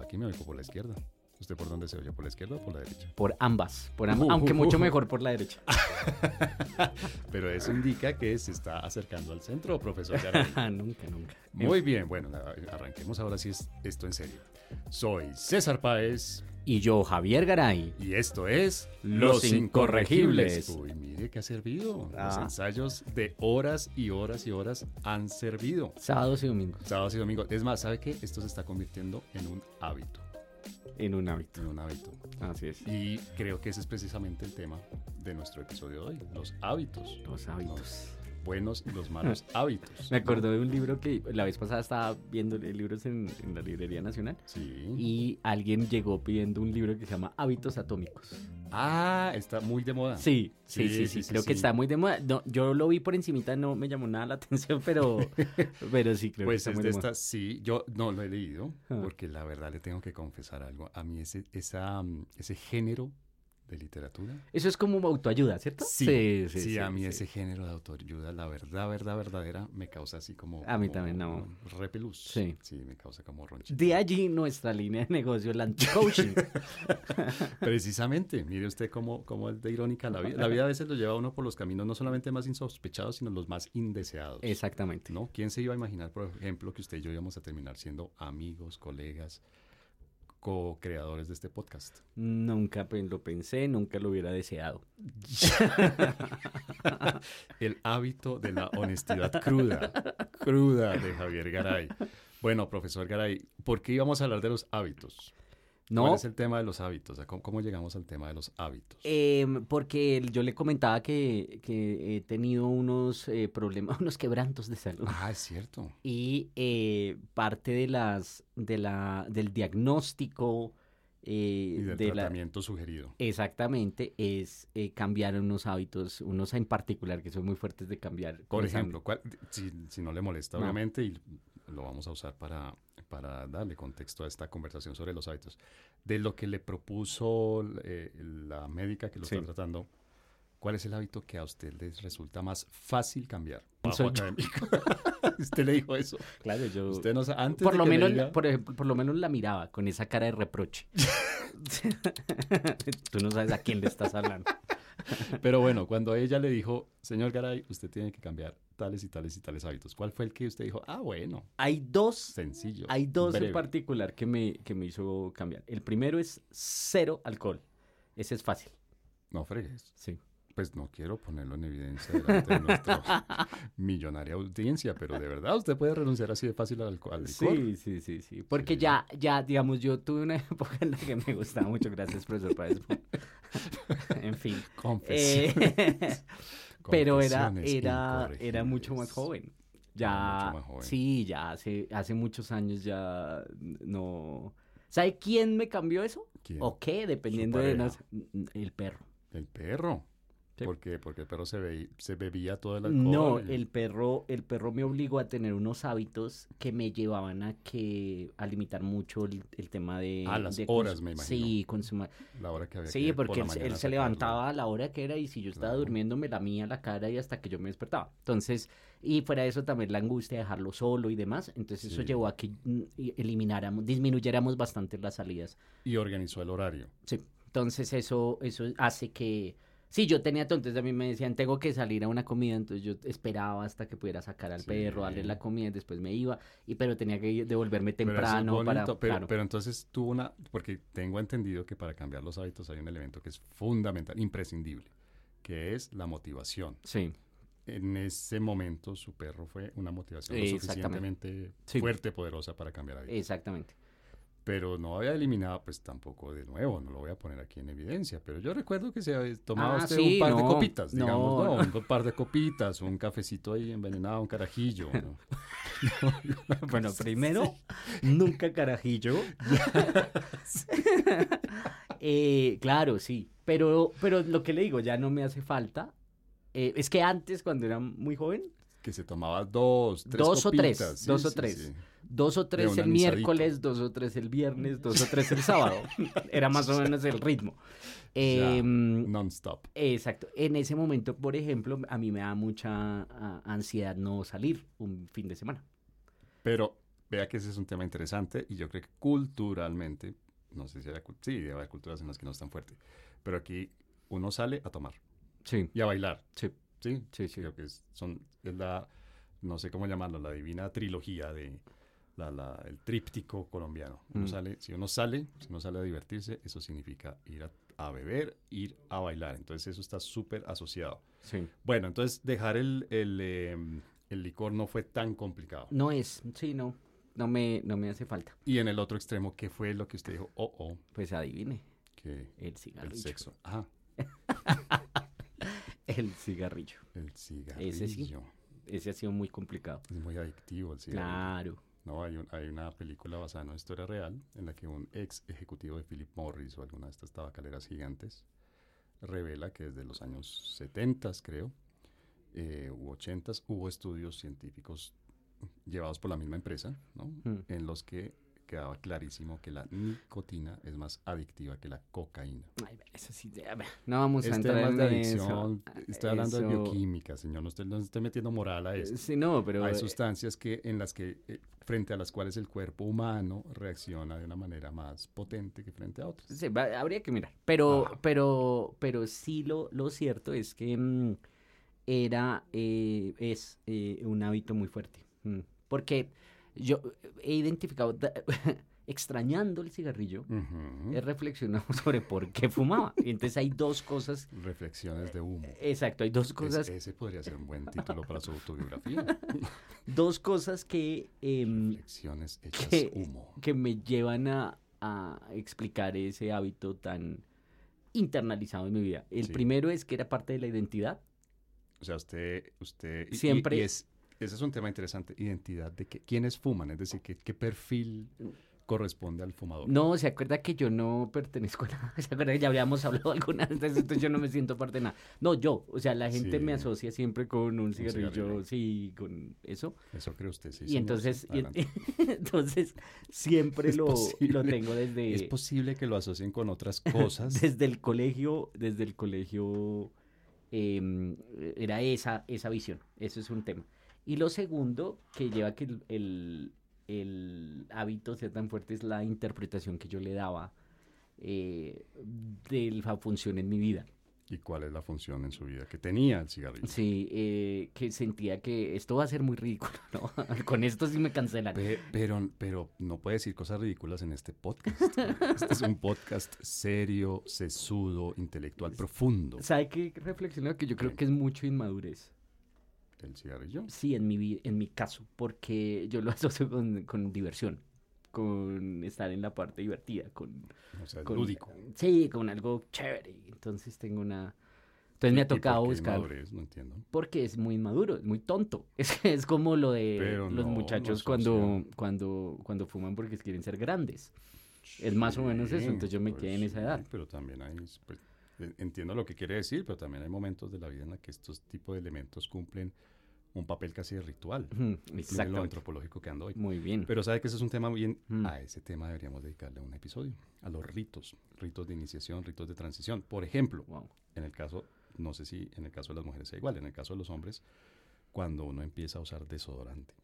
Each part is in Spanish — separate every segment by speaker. Speaker 1: aquí me oigo por la izquierda. ¿Usted por dónde se oye? ¿Por la izquierda o por la derecha?
Speaker 2: Por ambas, por ambas
Speaker 1: Uh, uh,
Speaker 2: aunque mucho
Speaker 1: uh.
Speaker 2: mejor por la derecha.
Speaker 1: Pero eso indica que se está acercando al centro, profesor Yarabí.
Speaker 2: Ah, nunca, nunca.
Speaker 1: Muy bien, bueno, nada, arranquemos ahora sí es- esto en serio. Soy César Páez
Speaker 2: Y yo, Javier Garay.
Speaker 1: y esto es
Speaker 2: Los Incorregibles.
Speaker 1: Uy, mire que ha servido. Los
Speaker 2: Ah.
Speaker 1: ensayos de horas y horas y horas han servido.
Speaker 2: Sábados y domingos,
Speaker 1: Sábados y domingos. Es más, ¿sabe qué? Esto se está convirtiendo en un hábito.
Speaker 2: en un hábito.
Speaker 1: En un hábito.
Speaker 2: Así es.
Speaker 1: Y creo que ese es precisamente el tema de nuestro episodio de hoy, los hábitos.
Speaker 2: Los hábitos.
Speaker 1: Los buenos y los malos hábitos.
Speaker 2: Me acordé de un libro que la vez pasada estaba viendo eh, libros en, en la Librería Nacional.
Speaker 1: Sí.
Speaker 2: Y alguien llegó pidiendo un libro que se llama Hábitos Atómicos.
Speaker 1: Ah, está muy de moda.
Speaker 2: Sí, sí, sí,
Speaker 1: Sí,
Speaker 2: sí,
Speaker 1: sí, sí,
Speaker 2: creo que
Speaker 1: sí.
Speaker 2: está muy de moda. No, yo lo vi por encimita, no me llamó nada la atención, pero, pero sí creo
Speaker 1: Pues
Speaker 2: que está
Speaker 1: es
Speaker 2: muy
Speaker 1: de
Speaker 2: de moda.
Speaker 1: estas, sí, yo no lo he leído,
Speaker 2: Ah.
Speaker 1: porque la verdad le tengo que confesar algo. A mí ese, esa, mm, ese género de literatura,
Speaker 2: Eso es como autoayuda, ¿cierto?
Speaker 1: sí,
Speaker 2: sí,
Speaker 1: a mí
Speaker 2: sí.
Speaker 1: ese género de autoayuda, la verdad, verdad, verdadera, me causa así como...
Speaker 2: A mí
Speaker 1: como-
Speaker 2: también, no.
Speaker 1: como Repelús.
Speaker 2: Sí.
Speaker 1: Sí, me causa como ronchito.
Speaker 2: De allí nuestra línea de negocio, la coaching.
Speaker 1: Precisamente, mire usted cómo, cómo es de irónica la vida. La vida a veces lo lleva a uno por los caminos no solamente más insospechados, sino los más indeseados.
Speaker 2: Exactamente.
Speaker 1: ¿No? ¿Quién se iba a imaginar, por ejemplo, que usted y yo íbamos a terminar siendo amigos, colegas, co-creadores de este podcast?
Speaker 2: Nunca pe- lo pensé, nunca lo hubiera deseado.
Speaker 1: El hábito de la honestidad cruda, cruda de Javier Garay. Bueno, profesor Garay, ¿por qué íbamos a hablar de los hábitos?
Speaker 2: No,
Speaker 1: ¿Cuál es el tema de los hábitos? O sea, ¿Cómo, cómo llegamos al tema de los hábitos?
Speaker 2: Em, porque el- yo le comentaba que, que he tenido unos eh, problemas, unos quebrantos de salud.
Speaker 1: Ah, es cierto.
Speaker 2: Y eh, parte de las, de la, del diagnóstico eh,
Speaker 1: Y del
Speaker 2: de la-
Speaker 1: tratamiento sugerido.
Speaker 2: Exactamente, es eh, cambiar unos hábitos, unos en particular que son muy fuertes de cambiar.
Speaker 1: Por
Speaker 2: los
Speaker 1: ejemplo, ¿cuál- si, si no le molesta,
Speaker 2: No.
Speaker 1: obviamente, y lo vamos a usar para, para darle contexto a esta conversación sobre los hábitos, de lo que le propuso eh, la médica que lo
Speaker 2: Sí.
Speaker 1: está tratando, ¿cuál es el hábito que a usted les resulta más fácil cambiar?
Speaker 2: Soy yo.
Speaker 1: académico. usted le dijo eso.
Speaker 2: hábitos. Claro, yo...
Speaker 1: Usted no sa- antes
Speaker 2: Uh, por
Speaker 1: de
Speaker 2: lo
Speaker 1: que le
Speaker 2: menos,
Speaker 1: diga-
Speaker 2: por ejemplo, por lo menos la miraba con esa cara de reproche. Tú no sabes a quién le estás hablando.
Speaker 1: Pero bueno, cuando ella le dijo, señor Garay, usted tiene que cambiar tales y tales y tales hábitos, ¿cuál fue el que usted dijo? Ah, bueno,
Speaker 2: Hay dos,
Speaker 1: sencillo.
Speaker 2: hay dos en
Speaker 1: breve"?
Speaker 2: particular que me, que me hizo cambiar. El primero es cero alcohol. Ese es fácil.
Speaker 1: No fregues.
Speaker 2: Sí.
Speaker 1: Pues no quiero ponerlo en evidencia delante de nuestra millonaria audiencia, pero de verdad usted puede renunciar así de fácil al, alco- al licor.
Speaker 2: Sí, eh, sí, sí, sí. Porque
Speaker 1: Sí.
Speaker 2: ya, ya, digamos, yo tuve una época en la que me gustaba mucho. Gracias, profesor Páez. por- en fin. Eh,
Speaker 1: Confesiones-
Speaker 2: pero era,
Speaker 1: confesiones
Speaker 2: era, era mucho más
Speaker 1: incorregibles.
Speaker 2: joven.
Speaker 1: Era
Speaker 2: Ya,
Speaker 1: mucho más joven.
Speaker 2: sí, ya hace, hace muchos años ya no. ¿Sabe quién me cambió eso?
Speaker 1: ¿Quién?
Speaker 2: ¿O qué? Dependiendo de. no
Speaker 1: pareja.
Speaker 2: sé, el perro.
Speaker 1: El perro.
Speaker 2: Sí.
Speaker 1: ¿Por qué? Porque el perro se, veí- se bebía todo el alcohol.
Speaker 2: No, el perro, el perro me obligó a tener unos hábitos que me llevaban a que a limitar mucho el, el tema de.
Speaker 1: Ah, las
Speaker 2: de
Speaker 1: horas,
Speaker 2: cons-
Speaker 1: me imagino.
Speaker 2: Sí, consumar.
Speaker 1: La hora que había que
Speaker 2: Sí,
Speaker 1: ir por
Speaker 2: porque
Speaker 1: la
Speaker 2: él, se- él
Speaker 1: mañana a
Speaker 2: se
Speaker 1: sacarlo.
Speaker 2: levantaba a la hora que era y si yo estaba
Speaker 1: Claro.
Speaker 2: durmiendo me lamía la cara y hasta que yo me despertaba. Entonces, y fuera de eso también la angustia de dejarlo solo y demás. Entonces eso
Speaker 1: Sí.
Speaker 2: llevó a que mm, y- elimináramos, disminuyéramos bastante las salidas.
Speaker 1: Y organizó el horario.
Speaker 2: Sí. Entonces eso, eso hace que... Sí, yo tenía todo, entonces a mí me decían, tengo que salir a una comida, entonces yo esperaba hasta que pudiera sacar al
Speaker 1: Sí.
Speaker 2: perro, darle la comida, y después me iba, y pero tenía que ir- devolverme
Speaker 1: Pero eso es
Speaker 2: temprano para...
Speaker 1: bonito, pero,
Speaker 2: claro.
Speaker 1: pero entonces tuvo una, porque tengo entendido que para cambiar los hábitos hay un elemento que es fundamental, imprescindible, que es la motivación.
Speaker 2: Sí,
Speaker 1: en ese momento su perro fue una motivación lo
Speaker 2: Eh, exactamente.
Speaker 1: suficientemente
Speaker 2: Sí. Eh.
Speaker 1: fuerte, poderosa para cambiar a vida.
Speaker 2: exactamente.
Speaker 1: Pero no había eliminado, pues tampoco de nuevo, no lo voy a poner aquí en evidencia, pero yo recuerdo que se había tomado
Speaker 2: Ah,
Speaker 1: usted
Speaker 2: sí,
Speaker 1: un par de
Speaker 2: no,
Speaker 1: copitas,
Speaker 2: no,
Speaker 1: digamos, no, un par de copitas, un cafecito ahí envenenado, un carajillo. ¿no?
Speaker 2: Bueno, primero, nunca carajillo. Eh, claro, sí. Pero, pero lo que le digo, ya no me hace falta. Eh, es que antes, cuando era muy joven,
Speaker 1: Que se tomaba dos, tres
Speaker 2: Dos o tres,
Speaker 1: copitas, sí,
Speaker 2: dos o
Speaker 1: sí,
Speaker 2: tres.
Speaker 1: sí.
Speaker 2: dos o tres
Speaker 1: una
Speaker 2: el
Speaker 1: misadita.
Speaker 2: miércoles, dos o tres el viernes, dos o tres el sábado. Era más o menos el ritmo.
Speaker 1: Ya,
Speaker 2: Em,
Speaker 1: Non-stop.
Speaker 2: Exacto. En ese momento, por ejemplo, a mí me da mucha ah, ansiedad no salir un fin de semana.
Speaker 1: Pero Vea que ese es un tema interesante y yo creo que culturalmente, no sé si hay, sí, debe haber culturas en las que no es tan fuerte, pero aquí uno sale a tomar
Speaker 3: Sí,
Speaker 1: y a bailar,
Speaker 3: sí,
Speaker 1: ¿sí?
Speaker 3: sí, sí.
Speaker 1: Creo que es, son, es la, no sé cómo llamarlo, la divina trilogía de la, la- el tríptico colombiano. Uno
Speaker 3: Mm.
Speaker 1: sale, si uno sale, si uno sale a divertirse, eso significa ir a, a beber, ir a bailar. Entonces eso está súper asociado.
Speaker 3: sí.
Speaker 1: Bueno, entonces dejar el, el, em, el licor no fue tan complicado.
Speaker 2: No es, sí, no. No me, no me hace falta.
Speaker 1: Y en el otro extremo, ¿qué fue lo que usted dijo? Oh, oh,
Speaker 2: Pues adivine,
Speaker 1: que
Speaker 2: el
Speaker 1: el
Speaker 2: cigarrillo.
Speaker 1: sexo. Ah,
Speaker 2: El cigarrillo.
Speaker 1: el cigarrillo.
Speaker 2: Ese sí. Ese ha sido muy complicado.
Speaker 1: Es muy adictivo el cigarrillo.
Speaker 2: Claro.
Speaker 1: No, hay, un- hay una película basada en una historia real en la que un ex ejecutivo de Philip Morris o alguna de estas tabacaleras gigantes revela que desde los años 70, creo, eh, u 80 hubo estudios científicos llevados por la misma empresa, ¿no?
Speaker 3: Mm.
Speaker 1: en los que quedaba clarísimo que la nicotina es más adictiva que la cocaína. Este
Speaker 2: Ay, eso sí, ya, bueno, no vamos a
Speaker 1: Es
Speaker 2: entrar
Speaker 1: temas
Speaker 2: Pues en
Speaker 1: de
Speaker 2: eso.
Speaker 1: adicción, estoy hablando de
Speaker 2: eso-
Speaker 1: bioquímica, señor, no estoy, no estoy metiendo moral a esto.
Speaker 2: Sí, no, pero
Speaker 1: Hay
Speaker 2: eh,
Speaker 1: sustancias que, en las que, eh, frente a las cuales el cuerpo humano reacciona de una manera más potente que frente a otras.
Speaker 2: sí, va- habría que mirar. Pero,
Speaker 1: Ajá.
Speaker 2: pero, pero sí lo, lo cierto es que mm, era, eh, es eh, un hábito muy fuerte. mm, Porque yo he identificado, da- extrañando el cigarrillo,
Speaker 1: Ujú.
Speaker 2: he reflexionado sobre por qué fumaba. Y entonces hay dos cosas,
Speaker 1: Reflexiones de humo.
Speaker 2: exacto, hay dos
Speaker 1: Es-
Speaker 2: cosas Mm.
Speaker 1: ese podría ser un buen título para su autobiografía.
Speaker 2: dos cosas que, em,
Speaker 1: Reflexiones hechas
Speaker 2: ¿Qué?
Speaker 1: humo.
Speaker 2: que me llevan a, a explicar ese hábito tan internalizado en mi vida. El
Speaker 1: Sí.
Speaker 2: primero es que era parte de la identidad.
Speaker 1: O sea, usted, usted y- y-
Speaker 2: Siempre-
Speaker 1: y es- ese es un tema interesante, identidad de que, quiénes fuman, es decir, que, qué perfil corresponde al fumador.
Speaker 2: No, se acuerda que yo no pertenezco a nada. Se acuerda que ya habíamos hablado alguna vez de eso, entonces yo no me siento parte de nada. No, yo, o sea, la gente
Speaker 1: Sí.
Speaker 2: me asocia siempre con un cigarrillo,
Speaker 1: cigarrillo. ¿eh?
Speaker 2: sí, con eso.
Speaker 1: Eso cree usted, sí.
Speaker 2: y
Speaker 1: señor.
Speaker 2: entonces, y en-
Speaker 1: Adelante.
Speaker 2: entonces siempre
Speaker 1: Es
Speaker 2: lo, lo
Speaker 1: posible.
Speaker 2: tengo desde...
Speaker 1: es posible que lo asocien con otras cosas.
Speaker 2: Desde el colegio, desde el colegio em, era esa, esa visión. Eso es un tema. Y lo segundo que lleva a que el, el- el hábito sea tan fuerte es la interpretación que yo le daba eh, de la función en mi vida.
Speaker 1: ¿Y cuál es la función en su vida que tenía el cigarrillo?
Speaker 2: Sí, eh, que sentía que esto va a ser muy ridículo, ¿no? Con esto sí me cancelan.
Speaker 1: Pe- pero, pero no puede decir cosas ridículas en este podcast. Este es un podcast serio, sesudo, intelectual, profundo.
Speaker 2: ¿Sabe qué reflexionó? Que yo creo
Speaker 1: ¿Qué?
Speaker 2: que es mucho inmadurez.
Speaker 1: ¿El cigarrillo?
Speaker 2: Sí, en mi, vi- en mi caso, porque yo lo asocio con, con diversión, con estar en la parte divertida, con,
Speaker 1: O sea, es
Speaker 2: con-
Speaker 1: lúdico.
Speaker 2: Sí, con algo chévere. Entonces tengo una... Entonces me
Speaker 1: ¿Y-
Speaker 2: ha
Speaker 1: y por
Speaker 2: tocado
Speaker 1: qué
Speaker 2: buscar...
Speaker 1: inmadurez? Este no entiendo.
Speaker 2: Porque es muy inmaduro, es muy tonto. Es, es como lo de
Speaker 1: Pero
Speaker 2: los
Speaker 1: no, no
Speaker 2: muchachos
Speaker 1: son
Speaker 2: cuando,
Speaker 1: cien.
Speaker 2: cuando, cuando fuman porque quieren ser grandes. Es más o menos eso, entonces yo me quedé en esa edad.
Speaker 1: pues sí, Pero también hay, pues, eh, entiendo lo que quiere decir, pero también hay momentos de la vida en la que estos tipos de elementos cumplen un papel casi de ritual.
Speaker 2: Ujú,
Speaker 1: Mire lo
Speaker 2: Exactamente.
Speaker 1: antropológico que ando hoy.
Speaker 2: Muy bien.
Speaker 1: Pero sabe que ese es un tema bien...
Speaker 2: Mm.
Speaker 1: A ese tema deberíamos dedicarle un episodio. A los ritos. Ritos de iniciación, ritos de transición. Por ejemplo,
Speaker 2: Wow.
Speaker 1: en el caso... No sé si en el caso de las mujeres sea igual. En el caso de los hombres, cuando uno empieza a usar desodorante.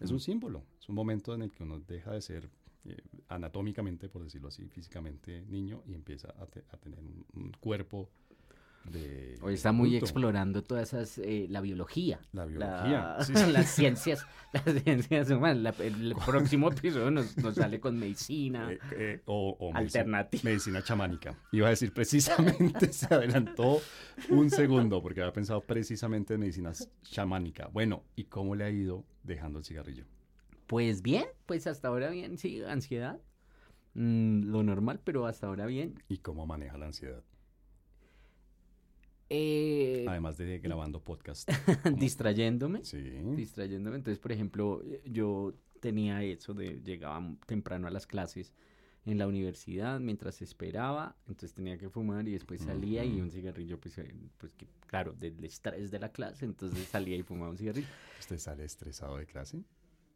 Speaker 1: Es
Speaker 2: Mm.
Speaker 1: un símbolo. Es un momento en el que uno deja de ser eh, anatómicamente, por decirlo así, físicamente niño y empieza a, te- a tener un, un cuerpo de...
Speaker 2: Hoy está muy
Speaker 1: adulto.
Speaker 2: explorando todas esas, eh, la biología.
Speaker 1: La
Speaker 2: la-
Speaker 1: biología. Sí, sí.
Speaker 2: las ciencias, las ciencias humanas. La- el, el próximo episodio nos, nos sale con medicina.
Speaker 1: Eh, eh, o, o medici-
Speaker 2: Alternativa.
Speaker 1: Medicina chamánica. Iba a decir precisamente, se adelantó un segundo porque había pensado precisamente en medicina s- chamánica. Bueno, ¿y cómo le ha ido dejando el cigarrillo?
Speaker 2: Pues bien, pues hasta ahora bien, sí, ansiedad. mm, lo normal, pero hasta ahora bien.
Speaker 1: ¿Y cómo maneja la ansiedad?
Speaker 2: Eh,
Speaker 1: Además de grabando podcast.
Speaker 2: distrayéndome.
Speaker 1: Sí.
Speaker 2: Distrayéndome. Entonces, por ejemplo, eh, yo tenía eso de llegaba m- temprano a las clases en la universidad mientras esperaba, entonces tenía que fumar y después salía y
Speaker 1: Ujú.
Speaker 2: un cigarrillo, pues, eh, pues que, claro, del estrés de la clase, entonces salía y fumaba un cigarrillo.
Speaker 1: ¿Usted sale estresado de clase?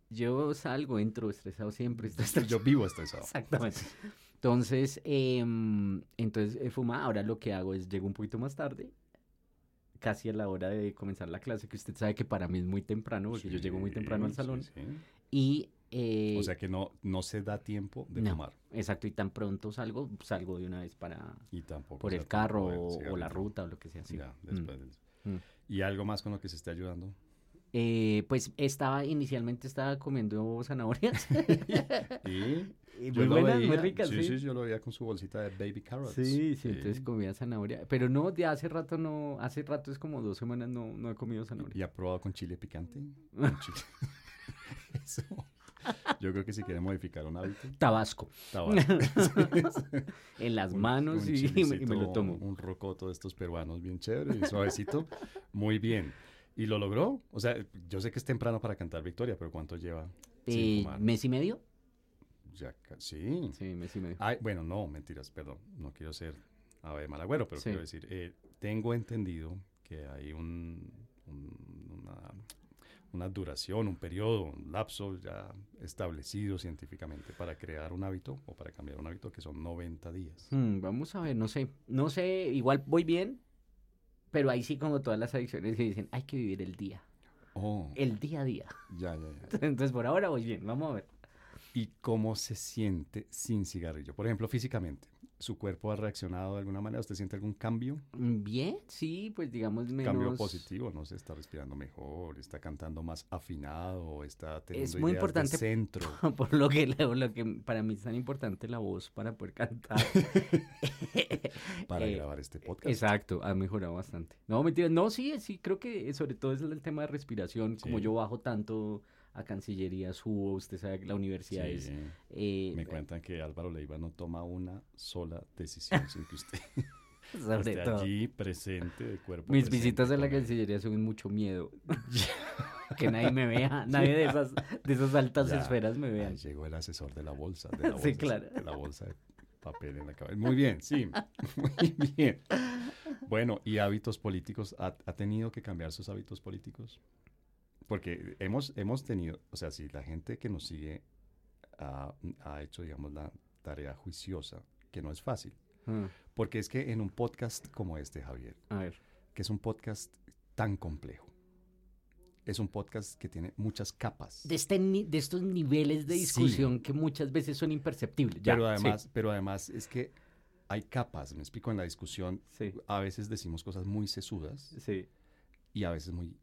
Speaker 2: Yo salgo, entro estresado siempre. estoy
Speaker 1: Yo
Speaker 2: estresado.
Speaker 1: vivo estresado.
Speaker 2: Exactamente. Entonces, em, entonces he fumado. Ahora lo que hago es llego un poquito más tarde, casi a la hora de comenzar la clase, que usted sabe que para mí es muy temprano, porque yo llego muy
Speaker 1: Sí,
Speaker 2: temprano al
Speaker 1: sí,
Speaker 2: salón.
Speaker 1: sí.
Speaker 2: Y Eh,
Speaker 1: o sea que no, no se da tiempo de
Speaker 2: no,
Speaker 1: fumar.
Speaker 2: Exacto, y tan pronto salgo, salgo de una vez para
Speaker 1: Y tampoco.
Speaker 2: por
Speaker 1: se
Speaker 2: el
Speaker 1: da tiempo
Speaker 2: carro
Speaker 1: del
Speaker 2: o, o la
Speaker 1: cigarrillo.
Speaker 2: ruta o lo que sea. sí.
Speaker 1: Ya, después
Speaker 2: Mm,
Speaker 1: del-
Speaker 2: mm.
Speaker 1: ¿Y algo más con lo que se esté ayudando?
Speaker 2: Eh, pues estaba, inicialmente estaba comiendo zanahorias.
Speaker 1: Y
Speaker 2: Y
Speaker 1: yo
Speaker 2: muy
Speaker 1: lo
Speaker 2: buenas, muy
Speaker 1: veía-
Speaker 2: ricas,
Speaker 1: sí,
Speaker 2: sí.
Speaker 1: yo lo veía con su bolsita de baby carrots.
Speaker 2: Sí, sí, entonces comía zanahoria. Pero no, de hace rato no, hace rato es como dos semanas no, no he comido
Speaker 1: ¿Y
Speaker 2: zanahoria.
Speaker 1: ha probado con chile picante? Con chile- Eso. Yo creo que si quiere modificar un hábito,
Speaker 2: Tabasco,
Speaker 1: tabaco.
Speaker 2: en las
Speaker 1: un-
Speaker 2: manos
Speaker 1: un
Speaker 2: y, y me- y me lo
Speaker 1: chilecito,
Speaker 2: tomo.
Speaker 1: Un rocoto de estos peruanos bien chévere y suavecito. Muy bien. ¿Y lo logró? O sea, yo sé que es temprano para cantar Victoria, pero ¿cuánto lleva sin
Speaker 2: Eh,
Speaker 1: fumar?
Speaker 2: ¿Mes y medio?
Speaker 1: Ya ca- sí.
Speaker 2: Sí, mes y medio.
Speaker 1: Ay, bueno, no, mentiras, perdón. No quiero ser ave de mal agüero, pero
Speaker 2: Sí.
Speaker 1: quiero decir, eh, tengo entendido que hay un, un- una, una duración, un periodo, un lapso ya establecido científicamente para crear un hábito o para cambiar un hábito que son 90 días.
Speaker 2: Hmm, vamos a ver, no sé, no sé, igual voy bien, pero ahí sí como todas las adicciones que dicen, hay que vivir el día,
Speaker 1: Oh,
Speaker 2: el día a día.
Speaker 1: ya, ya, ya.
Speaker 2: Entonces por ahora voy bien, vamos a ver.
Speaker 1: ¿Y cómo se siente sin cigarrillo? Por ejemplo, físicamente, ¿su cuerpo ha reaccionado de alguna manera? ¿Usted siente algún cambio?
Speaker 2: Mm, Bien, sí, pues digamos menos...
Speaker 1: Cambio positivo, no sé, está respirando mejor, está cantando más afinado, está teniendo
Speaker 2: Es
Speaker 1: ideas
Speaker 2: muy
Speaker 1: de
Speaker 2: importante-
Speaker 1: centro.
Speaker 2: Por lo que, por lo que para mí es tan importante la voz para poder cantar.
Speaker 1: para
Speaker 2: Eh,
Speaker 1: grabar este podcast.
Speaker 2: Exacto, ha mejorado bastante. No, mentira, no, sí, sí, creo que eh, sobre todo es el tema de respiración, como
Speaker 1: Sí.
Speaker 2: yo bajo tanto a Cancillería, subo, usted sabe que la universidad
Speaker 1: Sí,
Speaker 2: es... eh,
Speaker 1: Me cuentan que Álvaro Leiva no toma una sola decisión sin que usted
Speaker 2: pues, sobre
Speaker 1: esté
Speaker 2: todo.
Speaker 1: allí presente de cuerpo.
Speaker 2: Mis
Speaker 1: presente
Speaker 2: visitas a la
Speaker 1: con él.
Speaker 2: Cancillería son mucho miedo. que nadie me vea, nadie de esas, de esas altas
Speaker 1: Ya.
Speaker 2: esferas me
Speaker 1: Ahí
Speaker 2: vea.
Speaker 1: llegó el asesor de la bolsa, de la bolsa,
Speaker 2: Sí, claro.
Speaker 1: de la bolsa de papel en la cabeza. Muy bien, sí, muy bien. Bueno, ¿y hábitos políticos? ¿Ha, ha tenido que cambiar sus hábitos políticos? Porque hemos, hemos tenido, o sea, si la gente que nos sigue ha, ha hecho, digamos, la tarea juiciosa, que no es fácil,
Speaker 2: Ah,
Speaker 1: porque es que en un podcast como este, Javier,
Speaker 2: a ver,
Speaker 1: que es un podcast tan complejo, es un podcast que tiene muchas capas.
Speaker 2: de, este ni- de estos niveles de
Speaker 1: Sí.
Speaker 2: discusión que muchas veces son imperceptibles. ya,
Speaker 1: pero
Speaker 2: sí,
Speaker 1: además, pero además es que hay capas, me explico, en la discusión
Speaker 2: sí,
Speaker 1: a veces decimos cosas muy sesudas
Speaker 2: sí,
Speaker 1: y a veces muy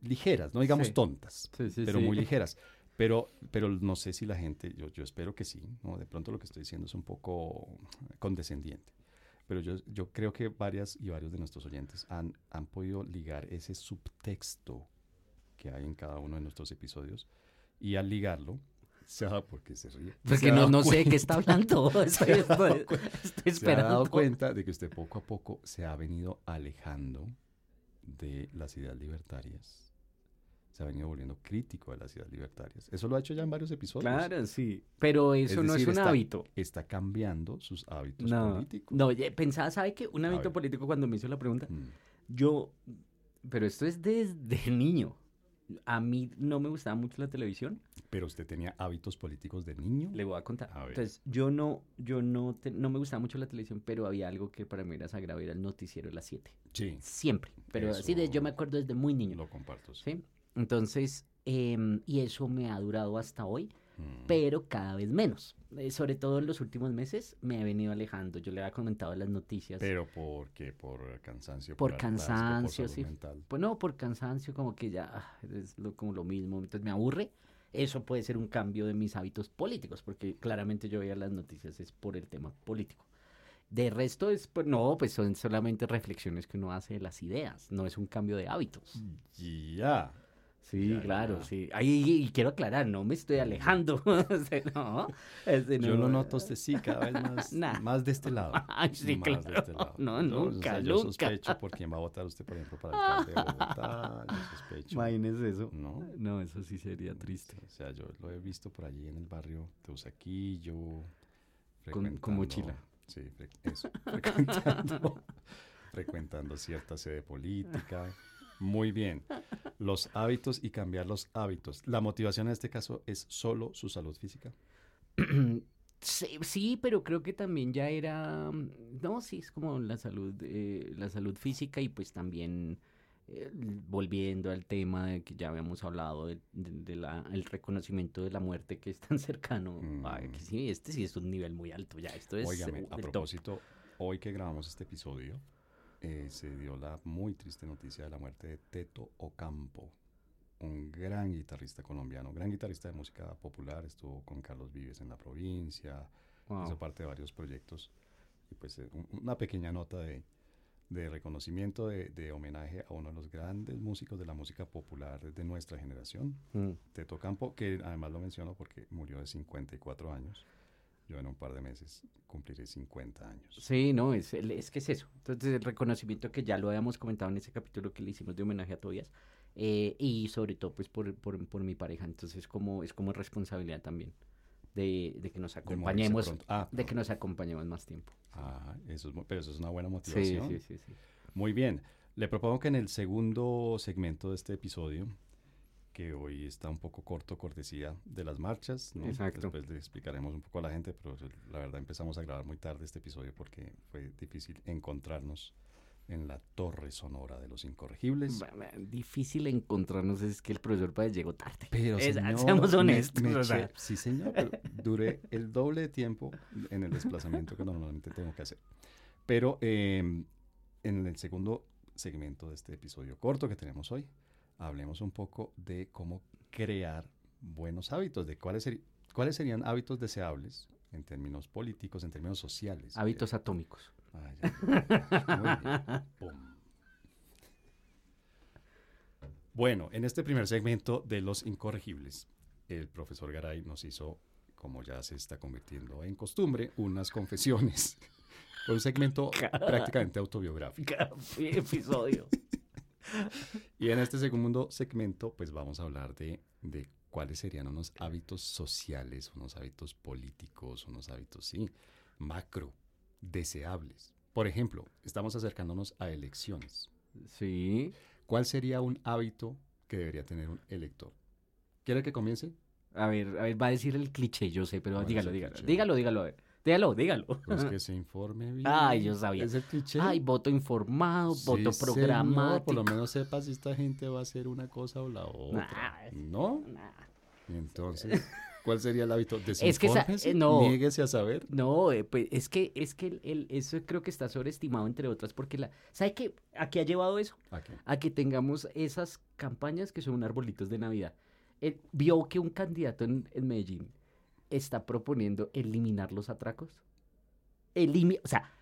Speaker 1: ligeras, no digamos
Speaker 2: Sí.
Speaker 1: tontas,
Speaker 2: sí, sí,
Speaker 1: pero
Speaker 2: sí.
Speaker 1: muy ligeras. Pero, pero no sé si la gente, yo, yo espero que sí, ¿no? de pronto lo que estoy diciendo es un poco condescendiente, pero yo, yo creo que varias y varios de nuestros oyentes han, han podido ligar ese subtexto que hay en cada uno de nuestros episodios y al ligarlo, ¿sabe por qué se ríe? Se
Speaker 2: Porque
Speaker 1: ha
Speaker 2: Pues no,
Speaker 1: dado
Speaker 2: no sé de
Speaker 1: cuenta.
Speaker 2: qué está hablando. Estoy,
Speaker 1: Se ha dado
Speaker 2: estoy- estoy
Speaker 1: se ha
Speaker 2: esperando.
Speaker 1: dado cuenta de que usted poco a poco se ha venido alejando de las ideas libertarias. Se ha venido volviendo crítico de las ideas libertarias. Eso lo ha hecho ya en varios episodios.
Speaker 2: Claro, sí. Pero eso no
Speaker 1: decir,
Speaker 2: es un
Speaker 1: está-
Speaker 2: hábito.
Speaker 1: Está cambiando sus hábitos
Speaker 2: No,
Speaker 1: políticos.
Speaker 2: no, oye, pensaba, ¿sabe qué? Un
Speaker 1: A
Speaker 2: hábito
Speaker 1: ver.
Speaker 2: político cuando me hizo la pregunta,
Speaker 1: Mm,
Speaker 2: Yo, pero esto es desde niño. A mí no me gustaba mucho la televisión.
Speaker 1: Pero usted tenía hábitos políticos de niño.
Speaker 2: Le voy a contar.
Speaker 1: A ver.
Speaker 2: Entonces, yo no, yo no, te- no me gustaba mucho la televisión, pero había algo que para mí era sagrado, era el noticiero de las 7.
Speaker 1: Sí,
Speaker 2: Siempre. Pero así de, yo me
Speaker 1: Eso.
Speaker 2: acuerdo desde muy niño.
Speaker 1: lo comparto. sí.
Speaker 2: ¿sí? Entonces, em, y eso me ha durado hasta hoy
Speaker 1: Mm,
Speaker 2: pero cada vez menos. Eh, sobre todo en los últimos meses me he venido alejando. Yo le había comentado las noticias.
Speaker 1: pero ¿por qué? Por cansancio.
Speaker 2: Por
Speaker 1: hartazgo,
Speaker 2: cansancio,
Speaker 1: salud
Speaker 2: sí.
Speaker 1: mental.
Speaker 2: Pues no, por cansancio, como que ya ah, es lo, como lo mismo, entonces me aburre. Eso puede ser un cambio de mis hábitos políticos, porque claramente yo veía las noticias es por el tema político. De resto es, pues no, pues son solamente reflexiones que uno hace de las ideas, no es un cambio de hábitos.
Speaker 1: Ya.
Speaker 2: Sí,
Speaker 1: Mm. Ya,
Speaker 2: claro,
Speaker 1: ya.
Speaker 2: sí. Ahí y, quiero aclarar, no me estoy alejando. o sea, no, este,
Speaker 1: Yo
Speaker 2: no,
Speaker 1: lo noto a usted sí cada vez más,
Speaker 2: Nah.
Speaker 1: más de este lado.
Speaker 2: Ay, sí,
Speaker 1: más
Speaker 2: claro.
Speaker 1: de este lado.
Speaker 2: No,
Speaker 1: Yo, o
Speaker 2: nunca,
Speaker 1: sea, Yo
Speaker 2: nunca.
Speaker 1: sospecho por quién va a votar usted, por ejemplo, para alcalde de Bogotá. Yo sospecho.
Speaker 2: Imagínese eso.
Speaker 1: No.
Speaker 2: No, eso sí sería triste.
Speaker 1: O sea, yo lo he visto por allí en el barrio Teusaquillo.
Speaker 2: Con- con mochila.
Speaker 1: frecuentando- Sí, fre- eso. Frecuentando, frecuentando cierta sede política. Muy bien. Los hábitos y cambiar los hábitos. La motivación en este caso es solo su salud física.
Speaker 2: Sí, sí, pero creo que también ya era, mm, no, sí, es como la salud, eh, la salud física y pues también eh, volviendo al tema de que ya habíamos hablado del de, de la- el reconocimiento de la muerte que es tan cercano.
Speaker 1: Mm.
Speaker 2: Ay, que sí, este sí es un nivel muy alto, ya, esto es
Speaker 1: Óigame,
Speaker 2: eh,
Speaker 1: a
Speaker 2: el top.
Speaker 1: propósito, hoy que grabamos este episodio, eh, se dio la muy triste noticia de la muerte de Teto Ocampo, un gran guitarrista colombiano, gran guitarrista de música popular, estuvo con Carlos Vives en la provincia,
Speaker 2: Wow.
Speaker 1: hizo parte de varios proyectos. Y pues eh, un- una pequeña nota de, de reconocimiento, de, de homenaje a uno de los grandes músicos de la música popular de nuestra generación,
Speaker 2: Mm.
Speaker 1: Teto Campo, que además lo menciono porque murió de 54 años. Yo en un par de meses cumpliré 50 años.
Speaker 2: Sí, no, es, el- es que es eso. Entonces, el reconocimiento que ya lo habíamos comentado en ese capítulo que le hicimos de homenaje a Tobias, eh, y sobre todo, pues, por, por, por mi pareja. Entonces, como, es como responsabilidad también de, de que nos
Speaker 1: De morirse
Speaker 2: acompañemos,
Speaker 1: pronto. Ah,
Speaker 2: de que
Speaker 1: perdón.
Speaker 2: nos acompañemos más tiempo.
Speaker 1: Ah, eso es, mu- pero eso es una buena
Speaker 2: Sí,
Speaker 1: motivación.
Speaker 2: sí, sí, sí.
Speaker 1: Muy bien. Le propongo que en el segundo segmento de este episodio, que hoy está un poco corto, cortesía de las marchas, ¿no?
Speaker 2: Exacto.
Speaker 1: después le explicaremos un poco a la gente, pero pues, la verdad empezamos a grabar muy tarde este episodio porque fue difícil encontrarnos en la torre sonora de los incorregibles.
Speaker 2: Ba- ba- Difícil encontrarnos es que el profesor Páez llegó tarde.
Speaker 1: Pero
Speaker 2: Es-
Speaker 1: señor,
Speaker 2: seamos
Speaker 1: me-
Speaker 2: honestos.
Speaker 1: me
Speaker 2: o sea,
Speaker 1: eché- sí, señor, pero duré el doble de tiempo en el desplazamiento que normalmente tengo que hacer. Pero eh, en el segundo segmento de este episodio corto que tenemos hoy, hablemos un poco de cómo crear buenos hábitos, de cuáles, seri- cuáles serían hábitos deseables en términos políticos, en términos sociales.
Speaker 2: hábitos atómicos.
Speaker 1: Ah, ya, ya, ya. Muy bien. Pum. Bueno, en este primer segmento de Los Incorregibles, el profesor Garay nos hizo, como ya se está convirtiendo en costumbre, unas confesiones. Un segmento prácticamente autobiográfico.
Speaker 2: Cada episodio.
Speaker 1: Y en este segundo segmento, pues vamos a hablar de, de cuáles serían unos hábitos sociales, unos hábitos políticos, unos hábitos, sí, macro, deseables. Por ejemplo, estamos acercándonos a elecciones.
Speaker 2: Sí.
Speaker 1: ¿Cuál sería un hábito que debería tener un elector? ¿Quiere que comience?
Speaker 2: A ver, a ver, va a decir el cliché, yo sé, pero
Speaker 1: Va a
Speaker 2: dígalo,
Speaker 1: decir
Speaker 2: dígalo.
Speaker 1: cliché.
Speaker 2: Dígalo, dígalo, a ver. Dígalo, dígalo.
Speaker 1: Pues que se informe bien.
Speaker 2: Ay, yo sabía.
Speaker 1: Es el cliché.
Speaker 2: Ay, voto informado,
Speaker 1: Sí,
Speaker 2: voto
Speaker 1: señor,
Speaker 2: programado.
Speaker 1: por lo menos sepa si esta gente va a hacer una cosa o la otra.
Speaker 2: Nah.
Speaker 1: ¿No? Entonces, ¿cuál sería el hábito?
Speaker 2: Es que esa-
Speaker 1: Desinfórmese,
Speaker 2: eh, no.
Speaker 1: niéguese a saber.
Speaker 2: No, eh, pues es que, es que el, el- eso creo que está sobreestimado, entre otras, porque la. ¿Sabe qué? ¿A qué ha llevado eso?
Speaker 1: ¿A qué?
Speaker 2: A que tengamos esas campañas que son arbolitos de Navidad. Eh, vio que un candidato en, en Medellín está proponiendo eliminar los atracos. Elimi o sea,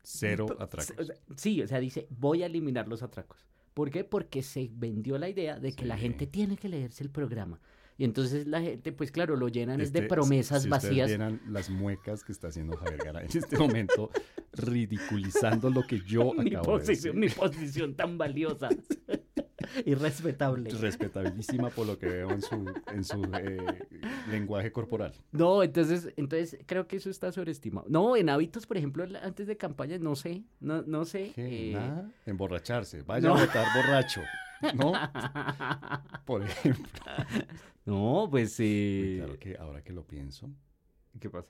Speaker 1: Cero
Speaker 2: P-
Speaker 1: atracos.
Speaker 2: o sea, Sí, o sea, dice, voy a eliminar los atracos. ¿Por qué? Porque se vendió la idea de que la
Speaker 1: Sí.
Speaker 2: gente tiene que leerse el programa. Y entonces la gente, pues claro, lo llenan es de
Speaker 1: Este,
Speaker 2: promesas
Speaker 1: si ustedes
Speaker 2: vacías.
Speaker 1: vieran las muecas que está haciendo Javier Garay en este momento, ridiculizando lo que yo
Speaker 2: Mi
Speaker 1: acabo de decir.
Speaker 2: posición, mi posición tan valiosa y respetable.
Speaker 1: respetabilísima por lo que veo en su, en su eh, lenguaje corporal.
Speaker 2: No, entonces, entonces creo que eso está sobreestimado. No, en hábitos, por ejemplo, la- antes de campaña, no sé, no, no sé.
Speaker 1: ¿Qué?
Speaker 2: eh,
Speaker 1: Nada. Emborracharse. Vaya
Speaker 2: no.
Speaker 1: a votar borracho. ¿No? Por ejemplo.
Speaker 2: no, pues
Speaker 1: Uy,
Speaker 2: eh,
Speaker 1: Claro que ahora que lo pienso,
Speaker 2: ¿Qué pasa?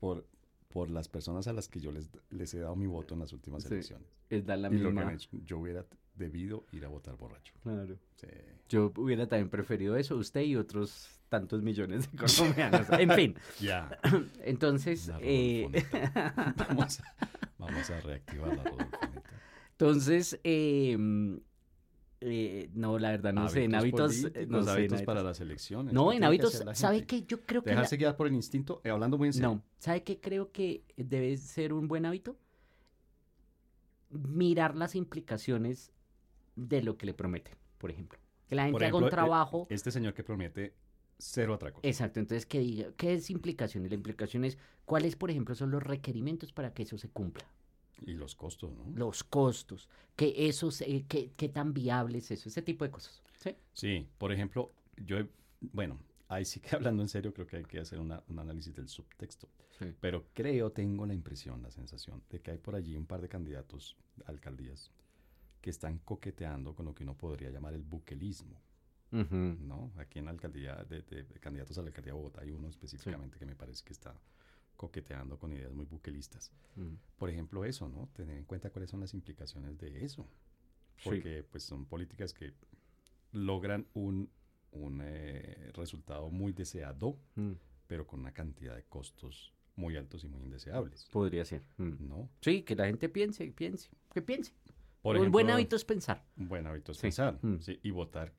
Speaker 1: por, por las personas a las que yo les, les he dado mi voto en las últimas
Speaker 2: Sí,
Speaker 1: elecciones.
Speaker 2: Es dar la
Speaker 1: y lo que han
Speaker 2: misma.
Speaker 1: hecho, yo hubiera debido ir a votar borracho.
Speaker 2: Claro.
Speaker 1: Sí.
Speaker 2: Yo hubiera también preferido eso, usted y otros tantos millones de colombianos. En fin,
Speaker 1: Ya.
Speaker 2: entonces,
Speaker 1: La
Speaker 2: eh,
Speaker 1: Rodolfoneta. vamos, a, vamos a reactivar la Rodolfoneta.
Speaker 2: entonces, eh, mm, eh, no, la verdad, no sé, en hábitos, eh,
Speaker 1: políticos,
Speaker 2: no sé, en
Speaker 1: hábitos para
Speaker 2: hábitos.
Speaker 1: las elecciones.
Speaker 2: No,
Speaker 1: ¿Qué
Speaker 2: en
Speaker 1: tiene que
Speaker 2: hábitos,
Speaker 1: hacer la
Speaker 2: ¿sabe
Speaker 1: gente?
Speaker 2: qué? Yo creo que, la-
Speaker 1: Dejarse guiar por el instinto, eh, hablando muy en serio.
Speaker 2: no, ¿sabe qué? Creo que debe ser un buen hábito mirar las implicaciones de lo que le prometen, por ejemplo. Que la gente
Speaker 1: Por
Speaker 2: haga
Speaker 1: ejemplo,
Speaker 2: un
Speaker 1: eh,
Speaker 2: trabajo...
Speaker 1: Este señor que promete cero atracos.
Speaker 2: Exacto, entonces que diga, ¿qué es implicaciones? La implicación es cuáles, por ejemplo, son los requerimientos para que eso se cumpla,
Speaker 1: Y los costos, ¿no?
Speaker 2: los costos, que eso, se- que, que tan viable es eso, ese tipo de cosas. ¿sí?
Speaker 1: Sí, por ejemplo, yo, he- bueno, ahí sí que hablando en serio, creo que hay que hacer una- un análisis del subtexto. Pero creo, tengo la impresión, la sensación de que hay por allí un par de candidatos, a alcaldías, que están coqueteando con lo que uno podría llamar el buquelismo.
Speaker 2: Ujú.
Speaker 1: ¿no? Aquí en la alcaldía, de, de- de candidatos a la alcaldía de Bogotá, hay uno específicamente que me parece que está coqueteando con ideas muy buquelistas.
Speaker 2: Mm.
Speaker 1: Por ejemplo, eso, ¿no? Tener en cuenta cuáles son las implicaciones de eso. porque pues son políticas que logran un, un eh, resultado muy deseado,
Speaker 2: Mm,
Speaker 1: pero con una cantidad de costos muy altos y muy indeseables,
Speaker 2: podría ser. Mm.
Speaker 1: ¿no?
Speaker 2: Sí, que la gente piense, piense, que piense.
Speaker 1: Por
Speaker 2: un buen
Speaker 1: ejemplo,
Speaker 2: hábito es pensar.
Speaker 1: Un buen hábito es
Speaker 2: Sí.
Speaker 1: pensar
Speaker 2: Mm.
Speaker 1: sí, y votar.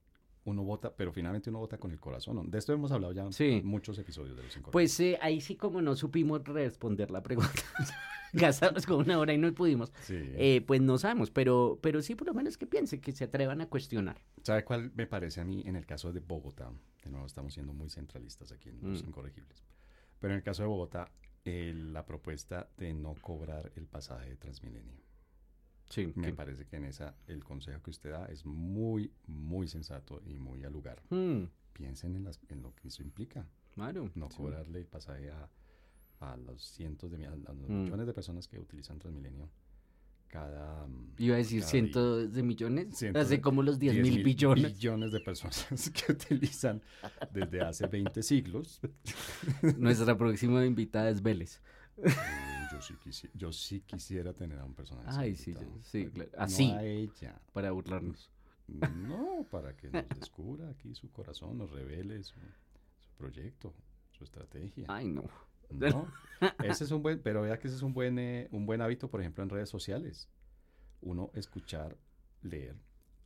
Speaker 1: Uno vota, pero finalmente uno vota con el corazón. ¿no? De esto hemos hablado ya en
Speaker 2: Sí.
Speaker 1: muchos episodios de los cinco.
Speaker 2: Pues eh, ahí sí como no supimos responder la pregunta. Gastamos como una hora y no pudimos.
Speaker 1: Sí.
Speaker 2: Eh, pues no sabemos, pero, pero sí por lo menos que piense, que se atrevan a cuestionar.
Speaker 1: ¿Sabe cuál me parece a mí en el caso de Bogotá? De nuevo, estamos siendo muy centralistas aquí en los
Speaker 2: Mm.
Speaker 1: incorregibles. Pero en el caso de Bogotá, eh, la propuesta de no cobrar el pasaje de Transmilenio.
Speaker 2: Sí.
Speaker 1: Me parece que en esa el consejo que usted da es muy, muy sensato y muy al lugar. Piensen en, las- en lo que eso implica.
Speaker 2: Mm, claro.
Speaker 1: No
Speaker 2: sí.
Speaker 1: cobrarle el pasaje a, a los cientos de mi- a, a los
Speaker 2: Mm.
Speaker 1: millones de personas que utilizan Transmilenio cada... mm,
Speaker 2: Iba a decir
Speaker 1: cada día.
Speaker 2: cientos de millones.
Speaker 1: Cientos
Speaker 2: hace
Speaker 1: de-
Speaker 2: como los 10
Speaker 1: 10
Speaker 2: mil billones.
Speaker 1: billones de personas que utilizan desde hace 20 siglos.
Speaker 2: Nuestra próxima invitada es Vélez.
Speaker 1: yo, sí quisi- yo sí quisiera tener a un personaje
Speaker 2: Ay,
Speaker 1: así.
Speaker 2: sí,
Speaker 1: invitado.
Speaker 2: yo- sí, claro.
Speaker 1: No
Speaker 2: Así.
Speaker 1: a ella.
Speaker 2: Para burlarnos.
Speaker 1: No, para que nos descubra aquí su corazón, nos revele su, su proyecto, su estrategia.
Speaker 2: Ay, no.
Speaker 1: No, ese es un buen, pero vea que ese es un buen, eh, un buen hábito, por ejemplo, en redes sociales. Uno escuchar, leer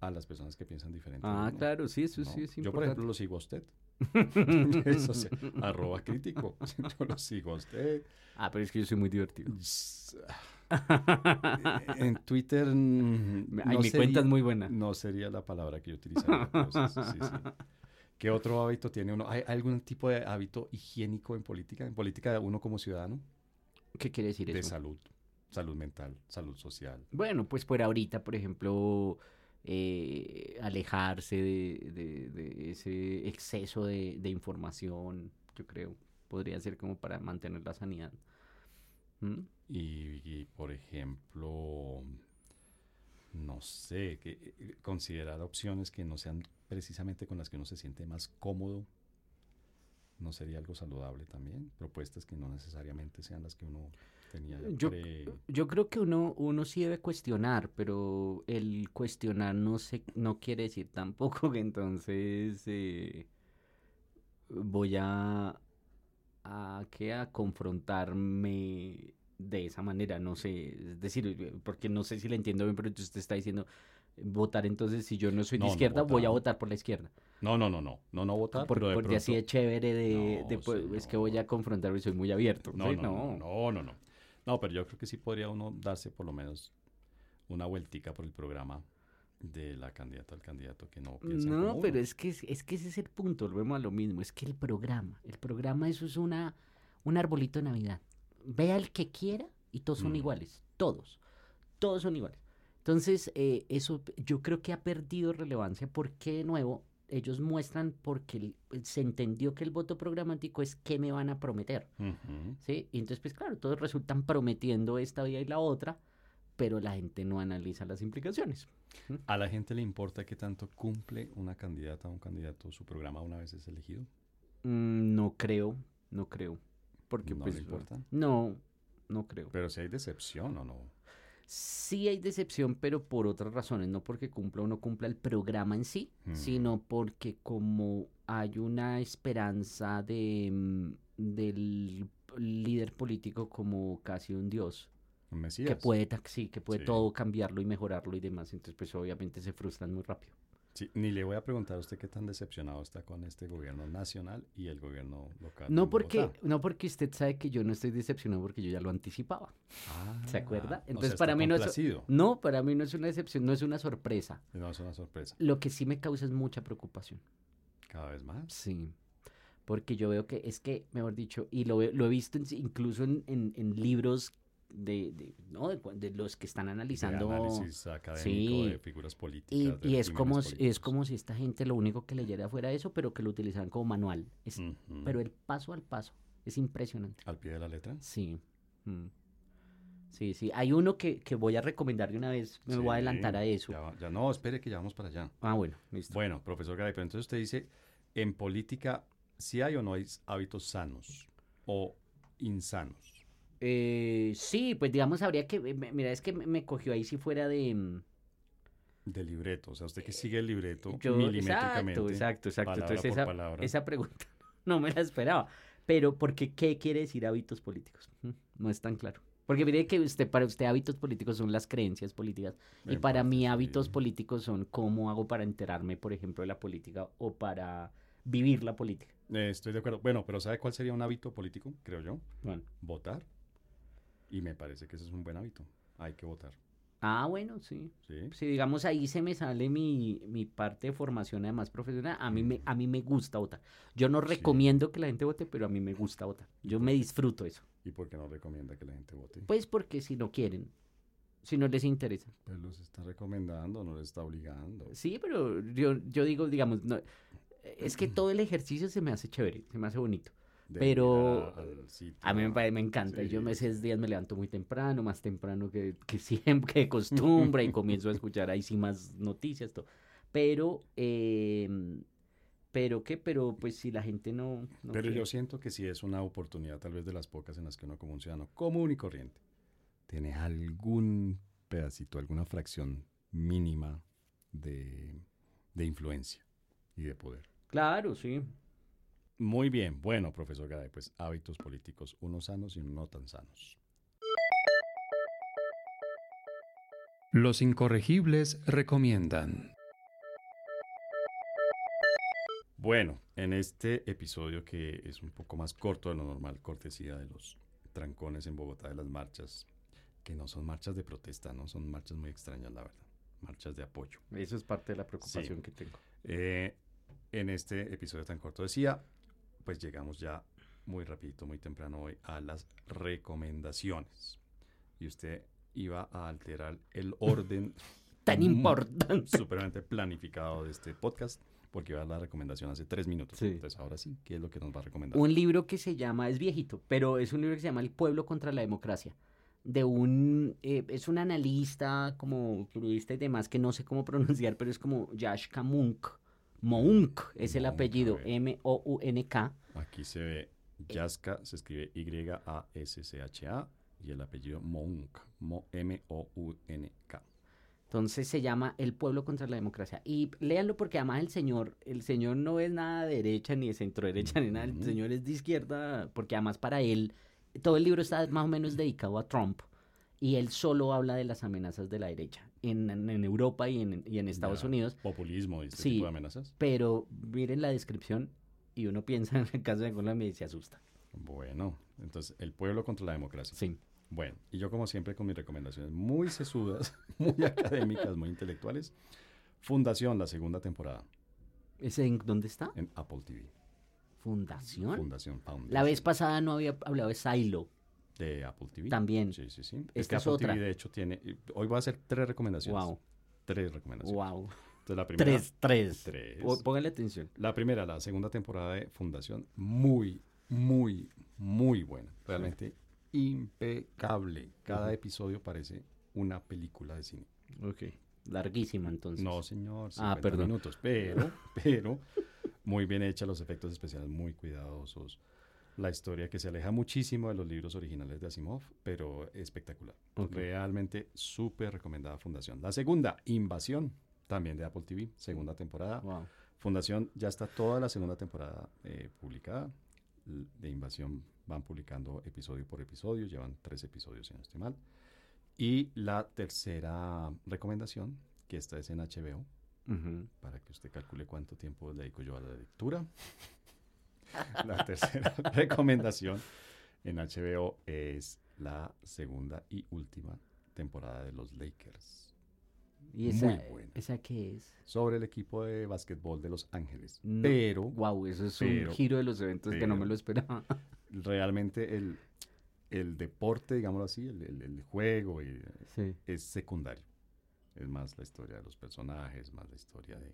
Speaker 1: a las personas que piensan diferente. a
Speaker 2: Ah,
Speaker 1: uno.
Speaker 2: claro, sí, eso
Speaker 1: ¿no?
Speaker 2: sí es
Speaker 1: Yo, por ejemplo,
Speaker 2: importante.
Speaker 1: lo sigo a usted. En redes sociales, arroba crítico. Yo lo sigo a usted.
Speaker 2: Ah, pero es que yo soy muy divertido.
Speaker 1: En Twitter. mm,
Speaker 2: Ay,
Speaker 1: no
Speaker 2: mi cuenta es muy buena.
Speaker 1: No sería la palabra que yo utilizaría. pero sí, sí, sí, sí. ¿Qué otro hábito tiene uno? ¿Hay algún tipo de hábito higiénico en política? ¿En política de uno como ciudadano?
Speaker 2: ¿Qué quiere decir
Speaker 1: De
Speaker 2: eso?
Speaker 1: salud. Salud mental, salud social.
Speaker 2: Bueno, pues por ahorita, por ejemplo, eh, alejarse de, de- de ese exceso de, de información, yo creo, podría ser como para mantener la sanidad. ¿Mm?
Speaker 1: Y, y, por ejemplo, no sé, que, eh, considerar opciones que no sean precisamente con las que uno se siente más cómodo, no sería algo saludable también. Propuestas que no necesariamente sean las que uno tenía ya
Speaker 2: Yo-
Speaker 1: pre-
Speaker 2: Yo creo que uno, uno sí debe cuestionar, pero el cuestionar no se, no quiere decir tampoco que entonces eh, voy a, a, ¿qué? a confrontarme de esa manera, no sé, es decir, porque no sé si le entiendo bien, pero usted está diciendo votar entonces si yo no soy de
Speaker 1: No, no
Speaker 2: izquierda, voy a
Speaker 1: votar.
Speaker 2: votar por la izquierda.
Speaker 1: No, no, no, no, no, no votar,
Speaker 2: Por-
Speaker 1: pero de
Speaker 2: porque así
Speaker 1: pronto-
Speaker 2: es chévere de,
Speaker 1: No,
Speaker 2: de, pues,
Speaker 1: sí,
Speaker 2: es que
Speaker 1: no.
Speaker 2: voy a confrontarme y soy muy abierto.
Speaker 1: No,
Speaker 2: Sí,
Speaker 1: no, no, no, no, no. No, pero yo creo que sí podría uno darse por lo menos una vueltica por el programa de la candidata al candidato que no piensa
Speaker 2: No, pero es que, es es que ese es el punto, volvemos a lo mismo, es que el programa, el programa eso es una, un arbolito de Navidad. Vea el que quiera y todos son
Speaker 1: Mm.
Speaker 2: iguales, todos, todos son iguales. Entonces, eh, eso yo creo que ha perdido relevancia porque de nuevo ellos muestran porque el- se entendió que el voto programático es qué me van a prometer. ¿sí? Y entonces, pues claro, todos resultan prometiendo esta vía y la otra, pero la gente no analiza las implicaciones.
Speaker 1: ¿A la gente le importa qué tanto cumple una candidata o un candidato su programa una vez es elegido?
Speaker 2: Mm, No creo, no creo. Porque
Speaker 1: No le
Speaker 2: pues.
Speaker 1: importa.
Speaker 2: No, no creo.
Speaker 1: Pero si hay decepción o no.
Speaker 2: Sí hay decepción, pero por otras razones, no porque cumpla o no cumpla el programa en sí,
Speaker 1: Hmm.
Speaker 2: sino porque como hay una esperanza de mm, del líder político como casi un dios
Speaker 1: Un Mesías.
Speaker 2: que puede ta- sí, que puede
Speaker 1: Sí.
Speaker 2: todo cambiarlo y mejorarlo y demás entonces pues obviamente se frustran muy rápido
Speaker 1: Sí, ni le voy a preguntar a usted qué tan decepcionado está con este gobierno nacional y el gobierno local.
Speaker 2: no
Speaker 1: en
Speaker 2: porque
Speaker 1: Bogotá.
Speaker 2: no porque usted sabe que yo no estoy decepcionado porque yo ya lo anticipaba
Speaker 1: Ah,
Speaker 2: ¿Se acuerda?
Speaker 1: o sea,
Speaker 2: Entonces,
Speaker 1: está
Speaker 2: para mí no es-
Speaker 1: complacido.
Speaker 2: No, para mí no es una decepción, no es una sorpresa.
Speaker 1: No, es una sorpresa.
Speaker 2: Lo que sí me causa es mucha preocupación.
Speaker 1: Cada vez más.
Speaker 2: Sí. Porque yo veo que es que, mejor dicho, y lo, he- lo he visto en- incluso en, en- en libros de, de- ¿no? de, cu- de los que están analizando.
Speaker 1: De análisis académico
Speaker 2: Sí.
Speaker 1: de figuras políticas.
Speaker 2: Y,
Speaker 1: de
Speaker 2: y es, como,
Speaker 1: regímenes
Speaker 2: si- es
Speaker 1: políticos.
Speaker 2: como si esta gente lo único que leyera fuera eso, pero que lo utilizaran como manual. Es-
Speaker 1: Ujú.
Speaker 2: Pero el paso al paso es impresionante.
Speaker 1: Al pie de la letra.
Speaker 2: Sí. Mm. Sí, sí. Hay uno que, que voy a recomendar de una vez. Me voy
Speaker 1: Sí,
Speaker 2: a adelantar a eso.
Speaker 1: ya va- ya no, espere que ya vamos para allá.
Speaker 2: Ah, bueno, listo.
Speaker 1: Bueno, profesor Garay, pero entonces usted dice, en política, si hay o no hay hábitos sanos o insanos?
Speaker 2: Eh, sí, pues digamos, habría que. me- Mira, es que me, me cogió ahí si fuera de. mm,
Speaker 1: De libreto, o sea, usted que sigue el libreto
Speaker 2: Yo-
Speaker 1: milimétricamente.
Speaker 2: exacto, exacto, exacto.
Speaker 1: palabra
Speaker 2: Entonces
Speaker 1: por
Speaker 2: esa,
Speaker 1: palabra.
Speaker 2: esa pregunta no me la esperaba. Pero porque qué quiere decir hábitos políticos? Mm, No es tan claro. Porque mire que usted para usted hábitos políticos son las creencias políticas y
Speaker 1: En
Speaker 2: para
Speaker 1: parte,
Speaker 2: mí
Speaker 1: sí.
Speaker 2: hábitos pues políticos son cómo hago para enterarme, por ejemplo, de la política o para vivir la política.
Speaker 1: Eh, estoy de acuerdo. Bueno, pero ¿sabe cuál sería un hábito político? Creo yo.
Speaker 2: Bueno.
Speaker 1: Votar. Y me parece que ese es un buen hábito. Hay que votar.
Speaker 2: Ah, bueno, sí.
Speaker 1: ¿sí?
Speaker 2: Si digamos ahí se me sale mi, mi parte de formación además profesional, a mí me, a mí me gusta votar. Yo no
Speaker 1: Sí.
Speaker 2: recomiendo que la gente vote, pero a mí me gusta votar. Yo me disfruto eso.
Speaker 1: ¿Y por qué no recomienda que la gente vote?
Speaker 2: Pues porque si no quieren, si no les interesa.
Speaker 1: Pues los está recomendando, no los está obligando.
Speaker 2: Sí, pero yo, yo digo, digamos, no, es que todo el ejercicio se me hace chévere, se me hace bonito.
Speaker 1: De
Speaker 2: pero
Speaker 1: ir al sitio,
Speaker 2: A mí me,
Speaker 1: a-
Speaker 2: pare- me encanta. Yo
Speaker 1: sí.
Speaker 2: me esos días me levanto muy temprano, más temprano que, que siempre, que de costumbre, y comienzo a escuchar ahí sí más noticias, todo. Pero, eh, pero qué, pero pues si la gente no. no
Speaker 1: Pero
Speaker 2: quiere.
Speaker 1: yo siento que sí es una oportunidad, tal vez de las pocas en las que uno como un ciudadano común y corriente tiene algún pedacito, alguna fracción mínima de, de influencia y de poder.
Speaker 2: Claro, sí.
Speaker 1: Muy bien, bueno, profesor Garay, pues hábitos políticos, unos sanos y unos no tan sanos. Los incorregibles recomiendan. Bueno, en este episodio que es un poco más corto de lo normal, cortesía de los trancones en Bogotá de las marchas, que no son marchas de protesta, no son marchas muy extrañas, la verdad, marchas de apoyo.
Speaker 2: Eso es parte de la preocupación que tengo.
Speaker 1: Eh, en este episodio tan corto decía, pues llegamos ya muy rapidito, muy temprano hoy a las recomendaciones. Y usted iba a alterar el orden
Speaker 2: Tan
Speaker 1: Mm.
Speaker 2: importante.
Speaker 1: supremamente planificado de este podcast, porque iba a dar la recomendación hace tres minutos.
Speaker 2: Sí.
Speaker 1: Entonces ahora sí, ¿qué es lo que nos va a recomendar?
Speaker 2: Un libro que se llama, es viejito, pero es un libro que se llama El pueblo contra la democracia. De un, eh, es un analista como periodista y demás que no sé cómo pronunciar, pero es como Yashka Munk. Mounk es el
Speaker 1: Mounk, a
Speaker 2: apellido,
Speaker 1: ver.
Speaker 2: M-O-U-N-K.
Speaker 1: Aquí se ve Yaska, se escribe Y-A-S-C-H-A y el apellido Monk, Mo- M-O-U-N-K.
Speaker 2: Entonces se llama El pueblo contra la democracia. Y léanlo porque además el señor, el señor no es nada de derecha ni de centro derecha ni nada, el
Speaker 1: Ujú.
Speaker 2: señor es de izquierda, porque además para él, todo el libro está más o menos dedicado a Trump. Y él solo habla de las amenazas de la derecha en, en- en Europa y en, y en Estados
Speaker 1: Ya,
Speaker 2: Unidos.
Speaker 1: Populismo y este
Speaker 2: Sí.
Speaker 1: tipo de amenazas.
Speaker 2: Pero miren la descripción y uno piensa en el caso de Colombia y se asusta.
Speaker 1: Bueno, entonces el pueblo contra la democracia.
Speaker 2: Sí.
Speaker 1: Bueno, y yo como siempre con mis recomendaciones muy sesudas, muy académicas, muy intelectuales. Fundación, la segunda temporada
Speaker 2: ¿Ese en dónde está?
Speaker 1: en Apple TV.
Speaker 2: ¿Fundación?
Speaker 1: Fundación Foundation.
Speaker 2: La vez pasada no había hablado de Silo.
Speaker 1: de Apple TV.
Speaker 2: También.
Speaker 1: Sí, sí, sí.
Speaker 2: Esta
Speaker 1: que
Speaker 2: es
Speaker 1: Apple
Speaker 2: otra.
Speaker 1: TV de hecho tiene y hoy voy a hacer tres recomendaciones.
Speaker 2: Wow,
Speaker 1: Tres recomendaciones.
Speaker 2: wow.
Speaker 1: Entonces la primera
Speaker 2: Tres, tres.
Speaker 1: Tres.
Speaker 2: O- Póngale atención.
Speaker 1: La primera, la segunda temporada de Fundación, muy, muy, muy buena. Realmente impecable. Cada
Speaker 2: Ujú.
Speaker 1: episodio parece una película de cine.
Speaker 2: Ok. Larguísima entonces.
Speaker 1: No, señor, 50
Speaker 2: Ah, perdón.
Speaker 1: minutos, pero, pero muy bien hecha, los efectos especiales muy cuidadosos. La historia que se aleja muchísimo de los libros originales de Asimov, pero espectacular.
Speaker 2: Ok.
Speaker 1: Realmente súper recomendada Fundación. La segunda, Invasión, también de Apple TV,
Speaker 2: Mm.
Speaker 1: segunda temporada.
Speaker 2: Wow.
Speaker 1: Fundación ya está toda la segunda temporada eh, publicada. L- De Invasión van publicando episodio por episodio, llevan tres episodios, si no estoy mal. Y la tercera recomendación, que esta es en HBO,
Speaker 2: Ujú.
Speaker 1: para que usted calcule cuánto tiempo le dedico yo a la lectura. la tercera recomendación en HBO es la segunda y última temporada de los Lakers,
Speaker 2: ¿Y esa,
Speaker 1: Muy buena.
Speaker 2: ¿esa qué es?
Speaker 1: sobre el equipo de básquetbol de Los Ángeles.
Speaker 2: No.
Speaker 1: Pero
Speaker 2: Wow, eso es
Speaker 1: Oh. Pero-
Speaker 2: un giro de los eventos que no me
Speaker 1: pero-
Speaker 2: lo esperaba.
Speaker 1: realmente el, el deporte, digámoslo así, el, el- el juego y-
Speaker 2: sí.
Speaker 1: es secundario. Es más la historia de los personajes, más la historia de,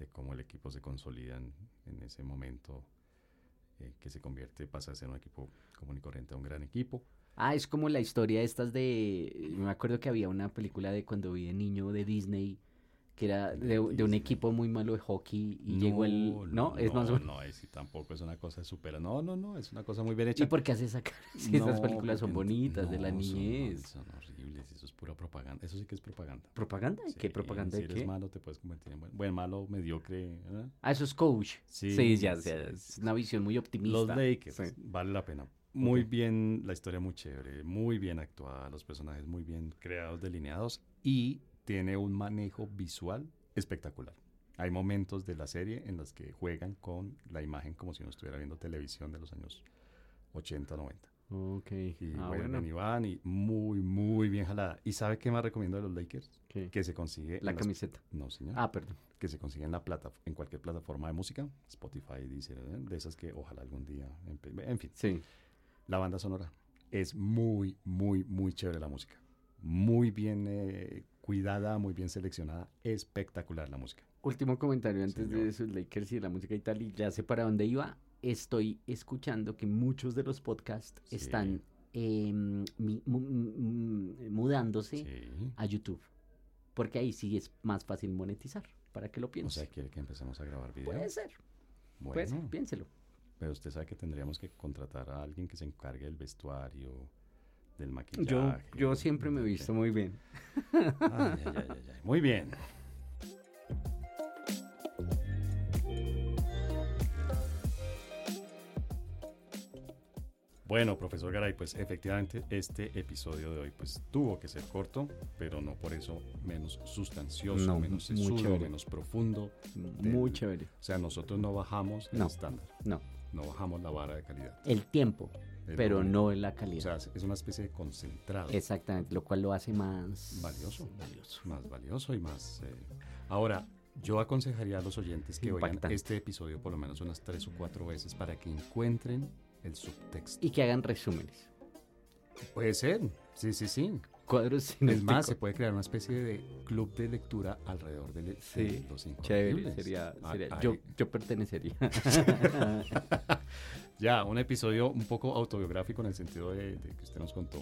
Speaker 1: de cómo el equipo se consolida en, en ese momento eh, que se convierte, pasa a ser un equipo común y corriente a un gran equipo.
Speaker 2: Ah, es como la historia de estas de... Me acuerdo que había una película de cuando vi de niño de Disney que era de, de un equipo muy malo de hockey y llegó el... No, es más o menos...
Speaker 1: No, es, tampoco es una cosa súper... No, no, no, es una cosa muy bien
Speaker 2: ¿Y
Speaker 1: hecha.
Speaker 2: por qué hace esa cara? Si esas
Speaker 1: No,
Speaker 2: películas son
Speaker 1: porque ent-
Speaker 2: bonitas, de la
Speaker 1: no, son- no,
Speaker 2: niñez.
Speaker 1: Son, horribles, eso es pura propaganda. Eso sí que es propaganda.
Speaker 2: ¿Propaganda?
Speaker 1: Sí,
Speaker 2: ¿Qué propaganda
Speaker 1: Si
Speaker 2: de
Speaker 1: eres
Speaker 2: qué?
Speaker 1: malo, te puedes convertir en buen, buen malo, mediocre. ¿verdad?
Speaker 2: Ah, eso es coach. Sí,
Speaker 1: Sí,
Speaker 2: ya,
Speaker 1: sí,
Speaker 2: ya,
Speaker 1: sí,
Speaker 2: es una visión muy optimista.
Speaker 1: Los Lakers,
Speaker 2: Sí.
Speaker 1: vale la pena. Muy
Speaker 2: Ok.
Speaker 1: bien, la historia muy chévere, muy bien actuada, los personajes muy bien creados, delineados y tiene un manejo visual espectacular. Hay momentos de la serie en los que juegan con la imagen como si uno estuviera viendo televisión de los años 80, 90.
Speaker 2: Ok.
Speaker 1: Y
Speaker 2: ah,
Speaker 1: vuelven
Speaker 2: bueno.
Speaker 1: y van y muy, muy bien jalada. ¿Y sabe qué más recomiendo de los Lakers?
Speaker 2: ¿Qué?
Speaker 1: Que se consigue...
Speaker 2: La
Speaker 1: en las-
Speaker 2: camiseta.
Speaker 1: No, señor
Speaker 2: Ah, perdón.
Speaker 1: que se consigue en, la plata, en cualquier plataforma de música, Spotify, Deezer, ¿eh? de esas que ojalá algún día, empe- en fin,
Speaker 2: Sí.
Speaker 1: la banda sonora es muy, muy, muy chévere la música, muy bien eh, cuidada, muy bien seleccionada, espectacular la música.
Speaker 2: Último comentario antes de
Speaker 1: Señor.
Speaker 2: esos Lakers y de la música y tal, y ya sé para dónde iba. Estoy escuchando que muchos de los podcasts
Speaker 1: Sí.
Speaker 2: están eh, mi- mu- mu- mudándose
Speaker 1: Sí.
Speaker 2: a YouTube, porque ahí sí es más fácil monetizar, para que lo
Speaker 1: O sea,
Speaker 2: pienses.
Speaker 1: quiere que empecemos a grabar videos.
Speaker 2: puede ser,
Speaker 1: bueno,
Speaker 2: puede ser, piénselo.
Speaker 1: pero usted sabe que tendríamos que contratar a alguien que se encargue del vestuario, del maquillaje.
Speaker 2: Yo, yo siempre me he
Speaker 1: del
Speaker 2: visto muy bien.
Speaker 1: Ay, ay, ay, ay, ay. Muy bien. Bueno, profesor Garay, pues efectivamente este episodio de hoy pues tuvo que ser corto, pero no por eso menos sustancioso,
Speaker 2: No,
Speaker 1: menos
Speaker 2: muy
Speaker 1: sesudo,
Speaker 2: chévere.
Speaker 1: menos profundo.
Speaker 2: Muy chévere.
Speaker 1: O sea, nosotros no bajamos el
Speaker 2: No.
Speaker 1: estándar,
Speaker 2: No,
Speaker 1: no bajamos la vara de calidad.
Speaker 2: el tiempo,
Speaker 1: El
Speaker 2: pero
Speaker 1: volumen.
Speaker 2: no en la
Speaker 1: O
Speaker 2: calidad.
Speaker 1: sea, es una especie de concentrado.
Speaker 2: Exactamente, lo cual lo hace más
Speaker 1: Valioso.
Speaker 2: valioso.
Speaker 1: más valioso y más... eh, Ahora, yo aconsejaría a los oyentes que oigan
Speaker 2: Impactante.
Speaker 1: este episodio por lo menos unas tres o cuatro veces para que encuentren el subtexto.
Speaker 2: Y que hagan resúmenes.
Speaker 1: Puede ser, sí, sí, sí.
Speaker 2: Cuadros sinópticos.
Speaker 1: Es más, se puede crear una especie de club de lectura alrededor de, le- de
Speaker 2: Sí,
Speaker 1: los
Speaker 2: Chévere,
Speaker 1: Incorregibles.
Speaker 2: sería,
Speaker 1: Ah,
Speaker 2: sería-
Speaker 1: ah,
Speaker 2: yo, yo pertenecería.
Speaker 1: Ya, un episodio un poco autobiográfico en el sentido de, de que usted nos contó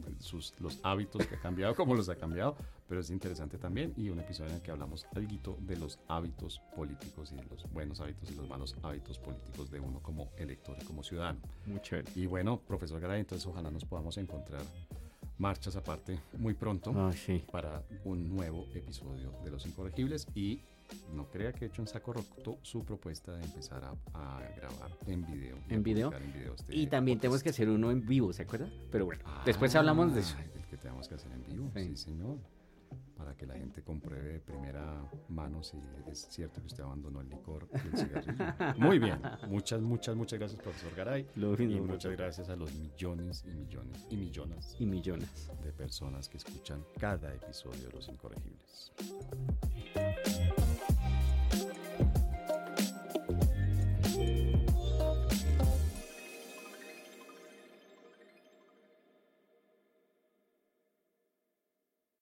Speaker 1: pues, sus, los hábitos que ha cambiado, cómo los ha cambiado, pero es interesante también. Y un episodio en el que hablamos algo de los hábitos políticos y de los buenos hábitos y los malos hábitos políticos de uno como elector y como ciudadano.
Speaker 2: Muy chévere.
Speaker 1: Y bueno, profesor Garay, entonces ojalá nos podamos encontrar marchas aparte muy pronto
Speaker 2: Ah, sí.
Speaker 1: para un nuevo episodio de Los Incorregibles y no crea que he hecho en saco roto su propuesta de empezar a, a grabar en video. y a
Speaker 2: ¿En video?
Speaker 1: publicar en video este
Speaker 2: Y también tenemos
Speaker 1: podcast.
Speaker 2: que hacer uno en vivo, ¿se acuerda? Pero bueno, después hablamos de eso.
Speaker 1: Ah, El que tenemos que hacer en vivo,
Speaker 2: Sí.
Speaker 1: sí, señor. Para que la gente compruebe de primera mano si es cierto que usted abandonó el licor y el cigarrillo. Muy bien. Muchas, muchas, muchas gracias, profesor Garay.
Speaker 2: Lo
Speaker 1: Y
Speaker 2: mismo,
Speaker 1: muchas
Speaker 2: profesor.
Speaker 1: gracias a los millones y millones y millones
Speaker 2: Y millones.
Speaker 1: de personas que escuchan cada episodio de Los Incorregibles.